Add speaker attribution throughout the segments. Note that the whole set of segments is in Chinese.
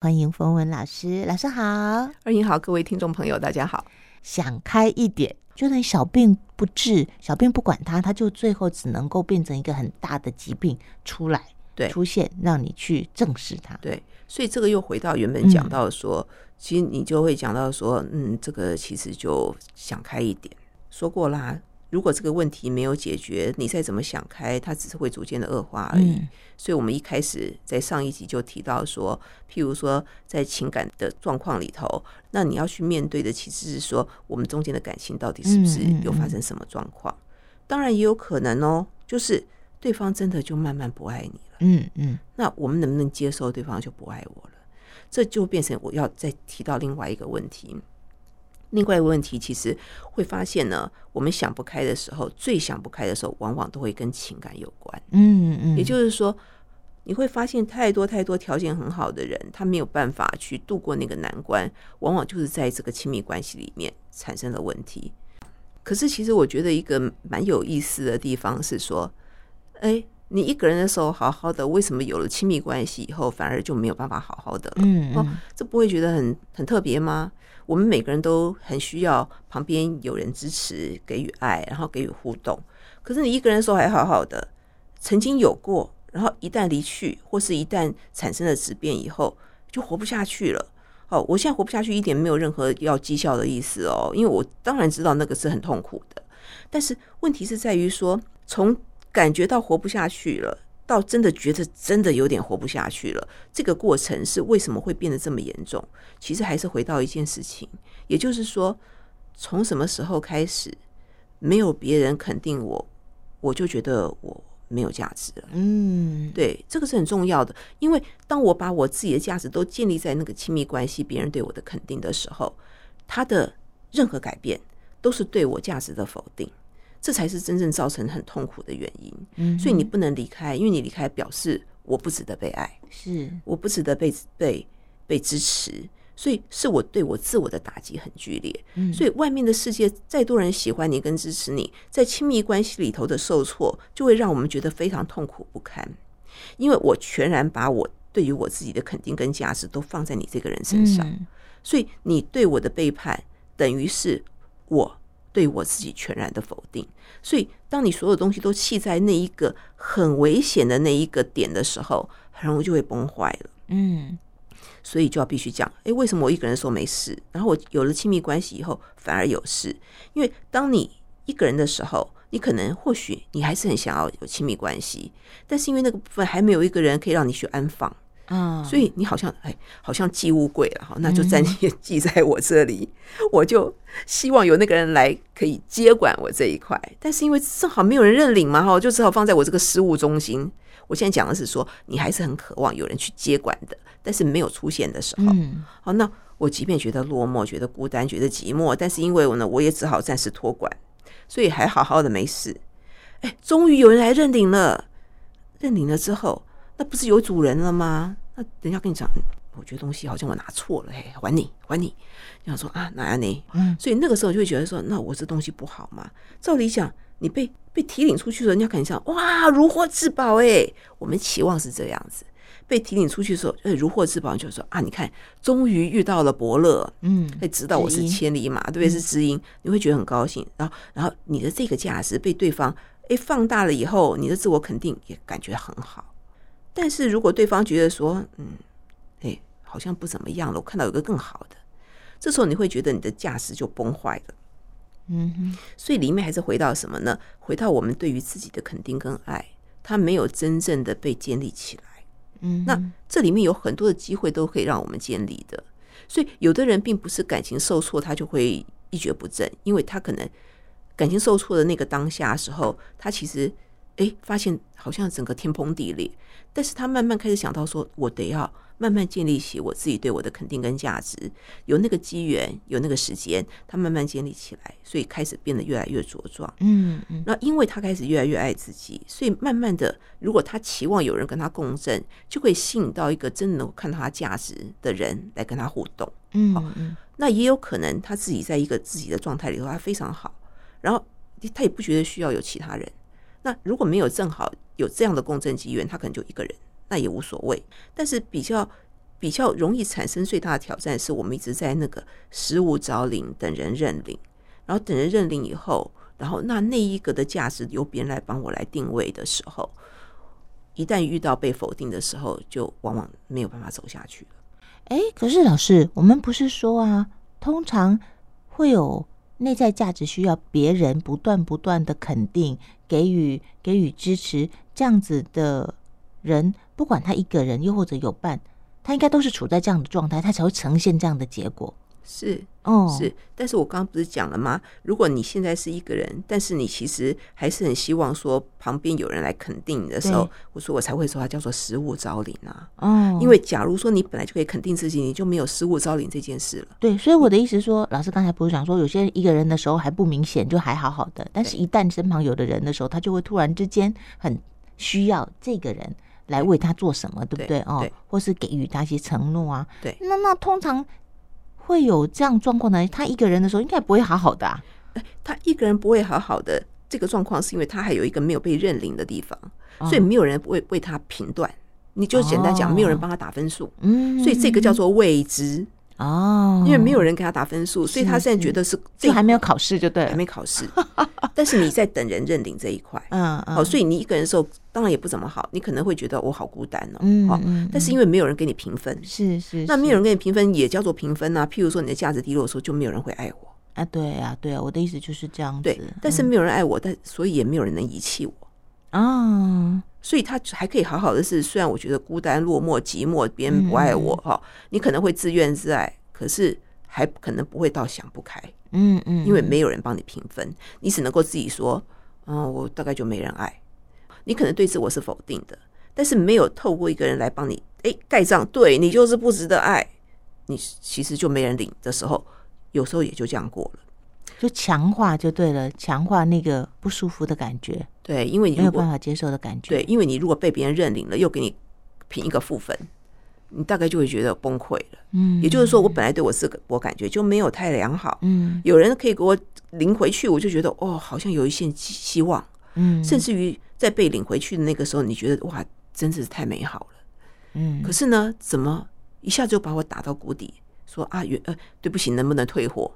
Speaker 1: 欢迎冯文老师，老师好。
Speaker 2: 二英好，各位听众朋友，大家好。
Speaker 1: 想开一点，就算小病不治，小病不管它，它就最后只能够变成一个很大的疾病出来，
Speaker 2: 对
Speaker 1: 出现让你去正视它。
Speaker 2: 对，所以这个又回到原
Speaker 1: 嗯
Speaker 2: 本讲到说，其实你就会讲到说，嗯，这个其实就想开一点。说过啦，如果这个问题没有解决，你再怎么想开，它只是会逐渐的恶化而已。
Speaker 1: 嗯
Speaker 2: 所以我们一开始在上一集就提到说，譬如说在情感的状况里头，那你要去面对的其实是说，我们中间的感情到底是不是
Speaker 1: 嗯嗯
Speaker 2: 有发生什么状况？当然也有可能哦，就是对方真的就慢慢不爱你了。
Speaker 1: 嗯嗯，
Speaker 2: 那我们能不能接受对方就不爱我了？这就变成我要再提到另外一个问题。另外一个问题，其实会发现呢，我们想不开的时候，最想不开的时候，往往都会跟情感有关。
Speaker 1: 嗯嗯，
Speaker 2: 也就是说，你会发现太多太多条件很好的人，他没有办法去度过那个难关，往往就是在这个亲密关系里面产生了问题。可是，其实我觉得一个蛮有意思的地方是说，哎，你一个人的时候好好的，为什么有了亲密关系以后，反而就没有办法好好的了？
Speaker 1: 嗯
Speaker 2: 哦
Speaker 1: 嗯
Speaker 2: 这不会觉得很很特别吗？我们每个人都很需要旁边有人支持、给予爱，然后给予互动。可是你一个人的时候还好好的，曾经有过，然后一旦离去或是一旦产生了质变以后，就活不下去了。哦，我现在活不下去一点没有任何要讥笑的意思哦，因为我当然知道那个是很痛苦的，但是问题是在于说，从感觉到活不下去了，到真的觉得真的有点活不下去了，这个过程是为什么会变得这么严重？其实还是回到一件事情，也就是说，从什么时候开始，没有别人肯定我，我就觉得我没有价值了。
Speaker 1: 嗯，
Speaker 2: 对，这个是很重要的，因为当我把我自己的价值都建立在那个亲密关系、别人对我的肯定的时候，他的任何改变都是对我价值的否定，这才是真正造成很痛苦的原因。
Speaker 1: 嗯
Speaker 2: 所以你不能离开，因为你离开表示我不值得被爱，
Speaker 1: 是
Speaker 2: 我不值得被被被支持，所以是我对我自我的打击很剧烈。
Speaker 1: 嗯
Speaker 2: 所以外面的世界再多人喜欢你跟支持你，在亲密关系里头的受挫，就会让我们觉得非常痛苦不堪，因为我全然把我对于我自己的肯定跟价值都放在你这个人身上，
Speaker 1: 嗯
Speaker 2: 所以你对我的背叛，等于是我对我自己全然的否定。所以，当你所有东西都砌在那一个很危险的那一个点的时候，很容易就会崩坏了。
Speaker 1: 嗯
Speaker 2: 所以就要必须讲，诶，为什么我一个人说没事，然后我有了亲密关系以后反而有事？因为当你一个人的时候，你可能或许你还是很想要有亲密关系，但是因为那个部分还没有一个人可以让你去安放，
Speaker 1: 啊，
Speaker 2: 所以你好像哎，好像寄物柜了哈，那就暂且寄在我这里， 我就希望有那个人来可以接管我这一块，但是因为正好没有人认领嘛哈，我就只好放在我这个失物中心。我现在讲的是说，你还是很渴望有人去接管的，但是没有出现的时候，
Speaker 1: 嗯
Speaker 2: 好，哦那我即便觉得落寞、觉得孤单、觉得寂寞，但是因为我呢，我也只好暂时托管，所以还好好的没事。哎，终于有人来认领了，认领了之后，那不是有主人了吗？那人家跟你讲，嗯我觉得东西好像我拿错了，哎，还你，还你。你想说啊，哪安你？
Speaker 1: 嗯
Speaker 2: 所以那个时候就会觉得说，那我这东西不好嘛？照理讲，你被被提领出去的时候，人家肯定想，哇，如获至宝哎，我们期望是这样子。被提领出去的时候，哎，如获至宝，你就说啊，你看，终于遇到了伯乐，
Speaker 1: 嗯
Speaker 2: 会指导我
Speaker 1: 知
Speaker 2: 是
Speaker 1: 音嗯
Speaker 2: 千里马，对不对？是知音，你会觉得很高兴。然后，然后你的这个价值被对方诶放大了以后，你的自我肯定也感觉很好。但是如果对方觉得说，嗯，诶，好像不怎么样了，我看到有个更好的，这时候你会觉得你的价值就崩坏了。
Speaker 1: 嗯哼
Speaker 2: 所以里面还是回到什么呢？回到我们对于自己的肯定跟爱，它没有真正的被建立起来。
Speaker 1: 嗯哼，
Speaker 2: 那这里面有很多的机会都可以让我们建立的。所以，有的人并不是感情受挫，他就会一蹶不振，因为他可能感情受挫的那个当下的时候，他其实诶发现好像整个天崩地裂，但是他慢慢开始想到说，我得要慢慢建立起我自己对我的肯定跟价值，有那个机缘，有那个时间，他慢慢建立起来，所以开始变得越来越茁壮。
Speaker 1: 嗯嗯
Speaker 2: 那因为他开始越来越爱自己，所以慢慢的，如果他期望有人跟他共振，就会吸引到一个真的能够看到他价值的人来跟他互动。
Speaker 1: 嗯嗯
Speaker 2: 那也有可能他自己在一个自己的状态里头，他非常好，然后他也不觉得需要有其他人。那如果没有正好有这样的共振机缘，他可能就一个人，那也无所谓。但是比较。比较容易产生最大的挑战是我们一直在那个失物招领，等人认领，然后等人认领以后，然后那那一个的价值由别人来帮我来定位的时候，一旦遇到被否定的时候，就往往没有办法走下去了。
Speaker 1: 哎，可是老师，我们不是说啊，通常会有内在价值需要别人不断不断的肯定、给予给予支持，这样子的人，不管他一个人又或者有伴，他应该都是处在这样的状态，他才会呈现这样的结果。
Speaker 2: 是，
Speaker 1: 哦，
Speaker 2: 是，但是我刚刚不是讲了吗？如果你现在是一个人，但是你其实还是很希望说旁边有人来肯定你的时候
Speaker 1: 对，
Speaker 2: 我说我才会说它叫做失物招领啊。
Speaker 1: 哦，
Speaker 2: 因为假如说你本来就可以肯定自己，你就没有失物招领这件事了。
Speaker 1: 对，所以
Speaker 2: 嗯
Speaker 1: 我的意思说，老师刚才不是讲说，有些人一个人的时候还不明显，就还好好的，但是一旦身旁有的人的时候，他就会突然之间很需要这个人来为他做什么，对不
Speaker 2: 对
Speaker 1: 对？哦
Speaker 2: 对，
Speaker 1: 或是给予他一些承诺啊。
Speaker 2: 对
Speaker 1: 那那通常会有这样状况的人，他一个人的时候应该不会好好的、啊。
Speaker 2: 他一个人不会好好的这个状况，是因为他还有一个没有被认领的地方，
Speaker 1: 哦
Speaker 2: 所以没有人为为他评断。你就简单讲，
Speaker 1: 哦
Speaker 2: 没有人帮他打分数，
Speaker 1: 嗯
Speaker 2: 所以这个叫做未知，
Speaker 1: 哦，
Speaker 2: 因为没有人给他打分数，所以他
Speaker 1: 是
Speaker 2: 现在
Speaker 1: 是
Speaker 2: 觉得是
Speaker 1: 就还没有
Speaker 2: 考，
Speaker 1: 考试就对
Speaker 2: 还
Speaker 1: 了。
Speaker 2: 没考试，但是你在等人认领这一块。
Speaker 1: 嗯嗯，
Speaker 2: 好，所以你一个人的时候，当然也不怎么好，你可能会觉得我好孤单哦。
Speaker 1: 嗯
Speaker 2: 好
Speaker 1: 嗯，
Speaker 2: 但是因为没有人给你评分，
Speaker 1: 是是，
Speaker 2: 那
Speaker 1: 是
Speaker 2: 没有人给你评分也叫做评分啊。譬如说你的价值低落的时候，就没有人会爱我，
Speaker 1: 啊，对啊对啊，我的意思就是这样子。
Speaker 2: 对。但是
Speaker 1: 嗯
Speaker 2: 没有人爱我，但所以也没有人能遗弃我，
Speaker 1: 啊，
Speaker 2: 所以他还可以好好的是，虽然我觉得孤单、落寞、寂寞，别人不爱
Speaker 1: 嗯
Speaker 2: 我哈、你可能会自怨自艾，可是还可能不会到想不开，
Speaker 1: 嗯嗯，
Speaker 2: 因为没有人帮你评分，你只能够自己说，嗯，我大概就没人爱。你可能对自我是否定的，但是没有透过一个人来帮你，诶，盖章，对你就是不值得爱，你其实就没人领的时候，有时候也就这样过了。
Speaker 1: 就强化就对了，强化那个不舒服的感觉，
Speaker 2: 对，因为你
Speaker 1: 没有
Speaker 2: 如
Speaker 1: 办
Speaker 2: 果
Speaker 1: 法接受的感觉。
Speaker 2: 对，，因为你如果被别人认领了，又给你评一个负分，你大概就会觉得崩溃了。
Speaker 1: 嗯，
Speaker 2: 也就是说，我本来对我自个我感觉就没有太良好，
Speaker 1: 嗯
Speaker 2: 有人可以给我领回去，我就觉得哦，好像有一线希希望。
Speaker 1: 嗯，
Speaker 2: 甚至于在被领回去的那个时候，你觉得哇，真是太美好了。
Speaker 1: 嗯，
Speaker 2: 可是呢，怎么一下就把我打到谷底？说啊，原呃，对不起，能不能退货？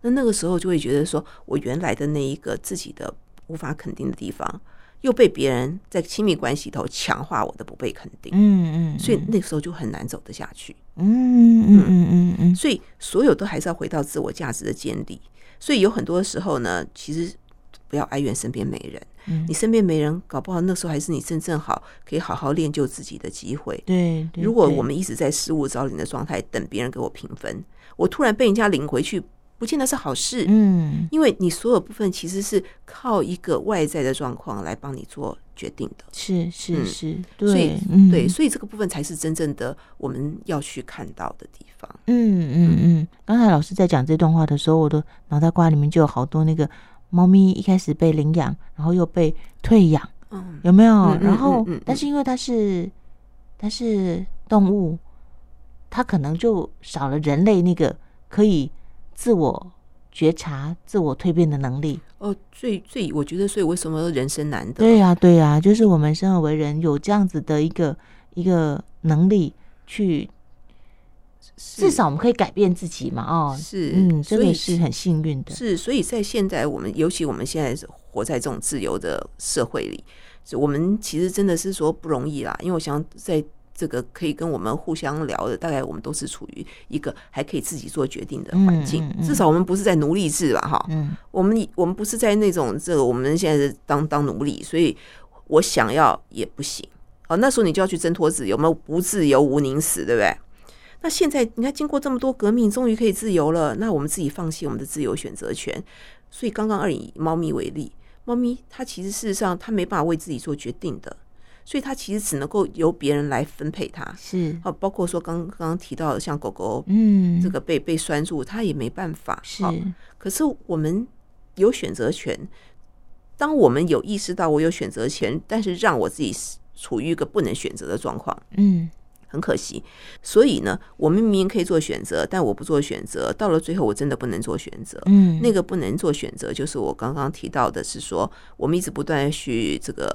Speaker 2: 那那个时候就会觉得说，我原来的那一个自己的无法肯定的地方，又被别人在亲密关系头强化我的不被肯定，
Speaker 1: 嗯嗯，
Speaker 2: 所以那时候就很难走得下去。
Speaker 1: 嗯嗯嗯嗯嗯
Speaker 2: 所以所有都还是要回到自我价值的建立。所以有很多时候呢，其实不要哀怨身边没人，
Speaker 1: 嗯
Speaker 2: 你身边没人，搞不好那时候还是你真正好可以好好练就自己的机会。
Speaker 1: 对对。
Speaker 2: 如果
Speaker 1: 对
Speaker 2: 我们一直在失物招领的状态，等别人给我评分，我突然被人家领回去，不见得是好事，
Speaker 1: 嗯，
Speaker 2: 因为你所有部分其实是靠一个外在的状况来帮你做决定的。
Speaker 1: 是是
Speaker 2: 嗯
Speaker 1: 是，
Speaker 2: 所以
Speaker 1: 对，嗯
Speaker 2: 对，所以这个部分才是真正的我们要去看到的地方。
Speaker 1: 嗯嗯嗯，刚才老师在讲这段话的时候，我的脑袋瓜里面就有好多那个猫咪一开始被领养，然后又被退养，
Speaker 2: 嗯，
Speaker 1: 有没有？
Speaker 2: 嗯嗯
Speaker 1: 然后，
Speaker 2: 嗯嗯嗯
Speaker 1: 但是因为它是它是动物，它可能就少了人类那个可以自我觉察、自我蜕变的能力。
Speaker 2: 哦，最最，我觉得，所以为什么人生难得？
Speaker 1: 对呀、对呀、就是我们生而为人有这样子的一个一个能力去，
Speaker 2: 是
Speaker 1: 至少我们可以改变自己嘛。哦，
Speaker 2: 是，
Speaker 1: 嗯，这
Speaker 2: 所以
Speaker 1: 个是很幸运的。
Speaker 2: 是，所以在现在我们，尤其我们现在是活在这种自由的社会里，是我们其实真的是说不容易啦。因为我想在这个可以跟我们互相聊的，大概我们都是处于一个还可以自己做决定的环境，
Speaker 1: 嗯嗯嗯
Speaker 2: 至少我们不是在奴隶制吧？哈，
Speaker 1: 嗯
Speaker 2: 我们我们不是在那种这个我们现在是当当奴隶，所以我想要也不行。哦，那时候你就要去挣脱自由，有没有不自由无宁死，对不对？那现在你看，经过这么多革命，终于可以自由了。那我们自己放弃我们的自由选择权。所以刚刚而以猫咪为例，猫咪它其实事实上它没办法为自己做决定的，所以它其实只能够由别人来分配它。
Speaker 1: 是，
Speaker 2: 哦，包括说刚刚刚提到的像狗狗
Speaker 1: 嗯，
Speaker 2: 这个被被拴住，它也没办法。
Speaker 1: 是
Speaker 2: 哦可是我们有选择权，当我们有意识到我有选择权，但是让我自己处于一个不能选择的状况，
Speaker 1: 嗯
Speaker 2: 很可惜。所以呢，我们明明可以做选择，但我不做选择，到了最后我真的不能做选择。
Speaker 1: 嗯，
Speaker 2: 那个不能做选择，就是我刚刚提到的，是说我们一直不断地去这个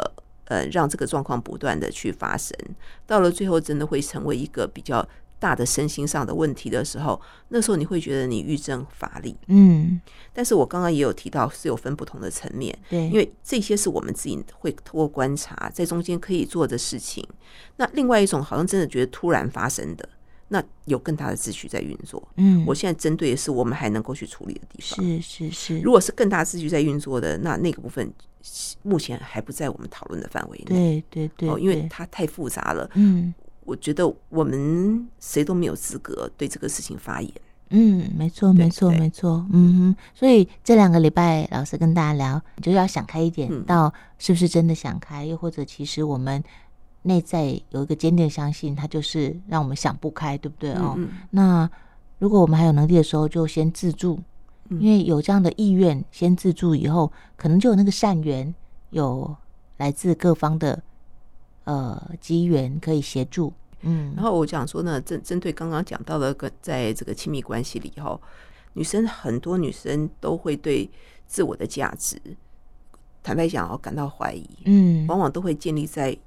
Speaker 2: 呃，让这个状况不断的去发生，到了最后真的会成为一个比较大的身心上的问题的时候，那时候你会觉得你郁症乏力。
Speaker 1: 嗯，
Speaker 2: 但是我刚刚也有提到是有分不同的层面，
Speaker 1: 对，
Speaker 2: 因为这些是我们自己会通过观察在中间可以做的事情。那另外一种好像真的觉得突然发生的，那有更大的秩序在运作。
Speaker 1: 嗯，
Speaker 2: 我现在针对的是我们还能够去处理的地方。
Speaker 1: 是是是，
Speaker 2: 如果是更大秩序在运作的，那那个部分目前还不在我们讨论的范围内。
Speaker 1: 对对对，
Speaker 2: 哦，因为
Speaker 1: 对
Speaker 2: 它太复杂了，
Speaker 1: 嗯
Speaker 2: 我觉得我们谁都没有资格对这个事情发言。
Speaker 1: 嗯，没错
Speaker 2: 对
Speaker 1: 没错
Speaker 2: 对
Speaker 1: 没错，嗯哼，所以这两个礼拜老师跟大家聊，你就要想开一点，
Speaker 2: 嗯
Speaker 1: 到是不是真的想开，又或者其实我们内在有一个坚定的相信，它就是让我们想不开，对不对哦？
Speaker 2: 嗯嗯
Speaker 1: 那如果我们还有能力的时候，就先自助，
Speaker 2: 嗯
Speaker 1: 因为有这样的意愿，先自助以后，可能就有那个善缘，有来自各方的呃机缘可以协助。嗯，
Speaker 2: 然后我讲说呢，针针对刚刚讲到的跟在这个亲密关系里头，女生很多女生都会对自我的价值，坦白讲哦，感到怀疑，
Speaker 1: 嗯，
Speaker 2: 往往都会建立在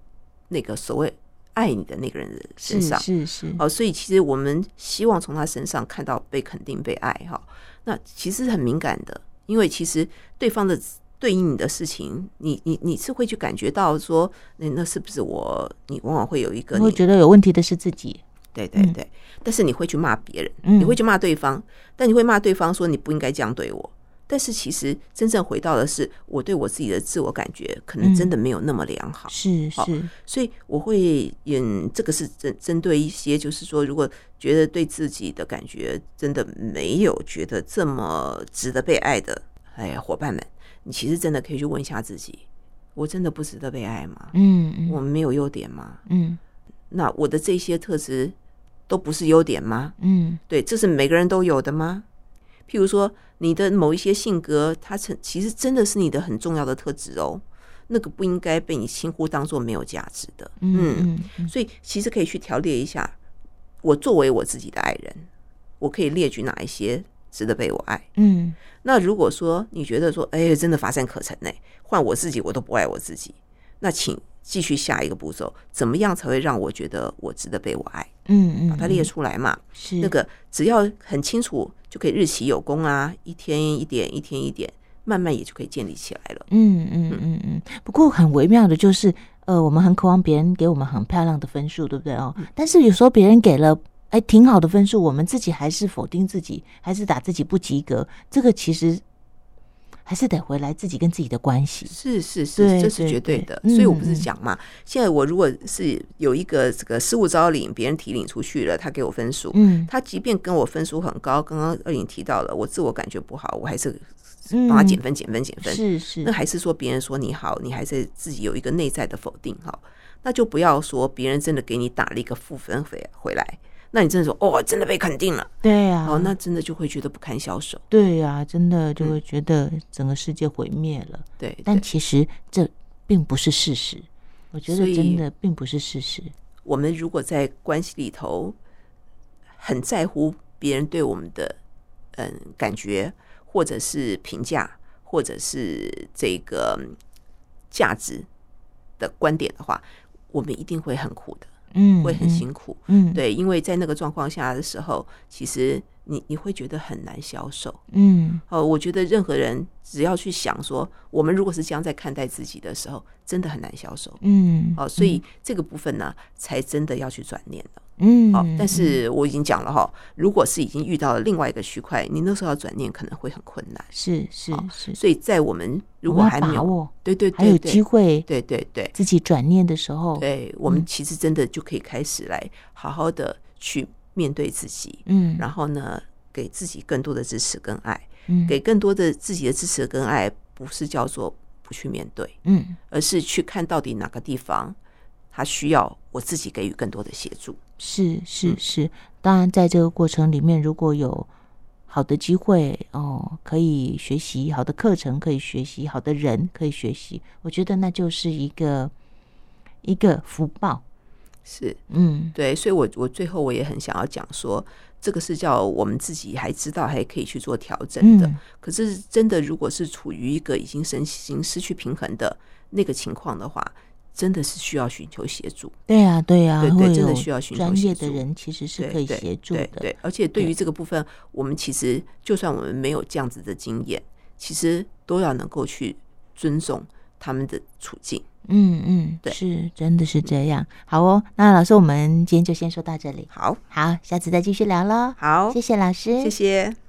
Speaker 2: 那个所谓爱你的那个人的身
Speaker 1: 是
Speaker 2: 上。
Speaker 1: 是是，
Speaker 2: 哦，所以其实我们希望从他身上看到被肯定、被爱哈。那其实很敏感的，因为其实对方的对应你的事情，你你你是会去感觉到说，那那是不是我？你往往会有一个
Speaker 1: 你会
Speaker 2: 你
Speaker 1: 觉得有问题的是自己。
Speaker 2: 对对
Speaker 1: 嗯
Speaker 2: 对，但是你会去骂别人，
Speaker 1: 嗯
Speaker 2: 你会去骂对方，但你会骂对方说你不应该这样对我。但是其实真正回到的是，我对我自己的自我感觉可能
Speaker 1: 嗯
Speaker 2: 真的没有那么良好。
Speaker 1: 是
Speaker 2: 好
Speaker 1: 是，
Speaker 2: 所以我会嗯，这个是针针对一些，就是说，如果觉得对自己的感觉真的没有觉得这么值得被爱的，哎呀，伙伴们，你其实真的可以去问一下自己，我真的不值得被爱吗？
Speaker 1: 嗯嗯
Speaker 2: 我没有优点吗？
Speaker 1: 嗯
Speaker 2: 那我的这些特质都不是优点吗？
Speaker 1: 嗯
Speaker 2: 对，这是每个人都有的吗？譬如说，你的某一些性格，它成其实真的是你的很重要的特质哦，那个不应该被你轻忽当做没有价值的。
Speaker 1: 嗯嗯，
Speaker 2: 所以其实可以去条列一下，我作为我自己的爱人，我可以列举哪一些值得被我爱。
Speaker 1: 嗯
Speaker 2: 那如果说你觉得说，哎、真的乏善可陈呢、换我自己我都不爱我自己，那请继续下一个步骤，怎么样才会让我觉得我值得被我爱？
Speaker 1: 嗯，
Speaker 2: 把它列出来嘛。
Speaker 1: 是
Speaker 2: 那个只要很清楚，就可以日期有功啊，一天一点，一天一点，慢慢也就可以建立起来了。
Speaker 1: 嗯嗯嗯嗯。不过很微妙的就是，呃，我们很渴望别人给我们很漂亮的分数，对不对哦？
Speaker 2: 嗯
Speaker 1: 但是有时候别人给了。哎，挺好的分数，我们自己还是否定自己，还是打自己不及格，这个其实还是得回来自己跟自己的关系。
Speaker 2: 是是
Speaker 1: 对
Speaker 2: 是，这是
Speaker 1: 对
Speaker 2: 绝对
Speaker 1: 对
Speaker 2: 的。
Speaker 1: 嗯
Speaker 2: 所以我不
Speaker 1: 嗯
Speaker 2: 是讲嘛，现在我如果是有一个这个失物招领，别人提领出去了，他给我分数，
Speaker 1: 嗯
Speaker 2: 他即便跟我分数很高，刚刚二颖提到了，我自我感觉不好，我还是
Speaker 1: 嗯
Speaker 2: 帮他减分、减分、减分。
Speaker 1: 是是
Speaker 2: 那，还是说别人说你好，你还是自己有一个内在的否定哈，那就不要说别人真的给你打了一个负分回回来，那你真的说哦，真的被肯定了，
Speaker 1: 对啊，
Speaker 2: 哦，那真的就会觉得不堪销售。
Speaker 1: 对啊，真的就
Speaker 2: 嗯
Speaker 1: 会觉得整个世界毁灭了。
Speaker 2: 对，
Speaker 1: 但
Speaker 2: 对
Speaker 1: 其实这并不是事实，我觉
Speaker 2: 所
Speaker 1: 得
Speaker 2: 以
Speaker 1: 真的并不是事实。
Speaker 2: 我们如果在关系里头很在乎别人对我们的嗯感觉，或者是评价，或者是这个嗯价值的观点的话，我们一定会很苦的，
Speaker 1: 嗯，
Speaker 2: 会很辛苦。
Speaker 1: 嗯，嗯，
Speaker 2: 对，因为在那个状况下的时候，其实你你会觉得很难消受。
Speaker 1: 嗯，
Speaker 2: 哦，我觉得任何人只要去想说，我们如果是这样在看待自己的时候，真的很难消受。
Speaker 1: 嗯，
Speaker 2: 哦，所以这个部分呢，才真的要去转念了。
Speaker 1: 嗯，
Speaker 2: 好、
Speaker 1: 嗯
Speaker 2: 但是我已经讲了哈，如果是已经遇到了另外一个区块，你那时候要转念可能会很困难。
Speaker 1: 是是
Speaker 2: 好
Speaker 1: 是，
Speaker 2: 所以在我们如果
Speaker 1: 我们要
Speaker 2: 还没
Speaker 1: 把
Speaker 2: 有，
Speaker 1: 握，
Speaker 2: 对对
Speaker 1: 还有
Speaker 2: 对
Speaker 1: 机
Speaker 2: 对
Speaker 1: 会哦嗯
Speaker 2: 对对对
Speaker 1: 自己转念的时候，
Speaker 2: 对，我们其实真的就可以开始来好好的去面对自己，
Speaker 1: 嗯，
Speaker 2: 然后呢，给自己更多的支持跟爱，
Speaker 1: 嗯
Speaker 2: 给更多的自己的支持跟爱，不是叫做不去面对，
Speaker 1: 嗯
Speaker 2: 而是去看到底哪个地方他需要我自己给予更多的协助。
Speaker 1: 是是
Speaker 2: 嗯
Speaker 1: 是，当然在这个过程里面，如果有好的机会哦，可以学习好的课程，可以学习好的人，可以学习，我觉得那就是一个一个福报。
Speaker 2: 是，
Speaker 1: 嗯
Speaker 2: 对，所以我我最后我也很想要讲说，这个是叫我们自己还知道还可以去做调整的。
Speaker 1: 嗯
Speaker 2: 可是真的，如果是处于一个已经身心失去平衡的那个情况的话，真的是需要寻求协助，
Speaker 1: 对呀、对呀、
Speaker 2: 对
Speaker 1: 会
Speaker 2: 对，真的
Speaker 1: 有
Speaker 2: 需要寻求
Speaker 1: 专
Speaker 2: 协
Speaker 1: 业
Speaker 2: 助
Speaker 1: 的人其实是
Speaker 2: 对
Speaker 1: 可以
Speaker 2: 对
Speaker 1: 协助
Speaker 2: 对
Speaker 1: 的。
Speaker 2: 对，而且对
Speaker 1: 对
Speaker 2: 于这个部分，我们其实就算我们没有这样子的经验，其实都要能够去尊重他们的处境。
Speaker 1: 嗯嗯，
Speaker 2: 对
Speaker 1: 是真的是这样。好哦，那老师，我们今天就先说到这里，
Speaker 2: 好，
Speaker 1: 好，下次再继续聊喽。
Speaker 2: 好，
Speaker 1: 谢谢老师，
Speaker 2: 谢谢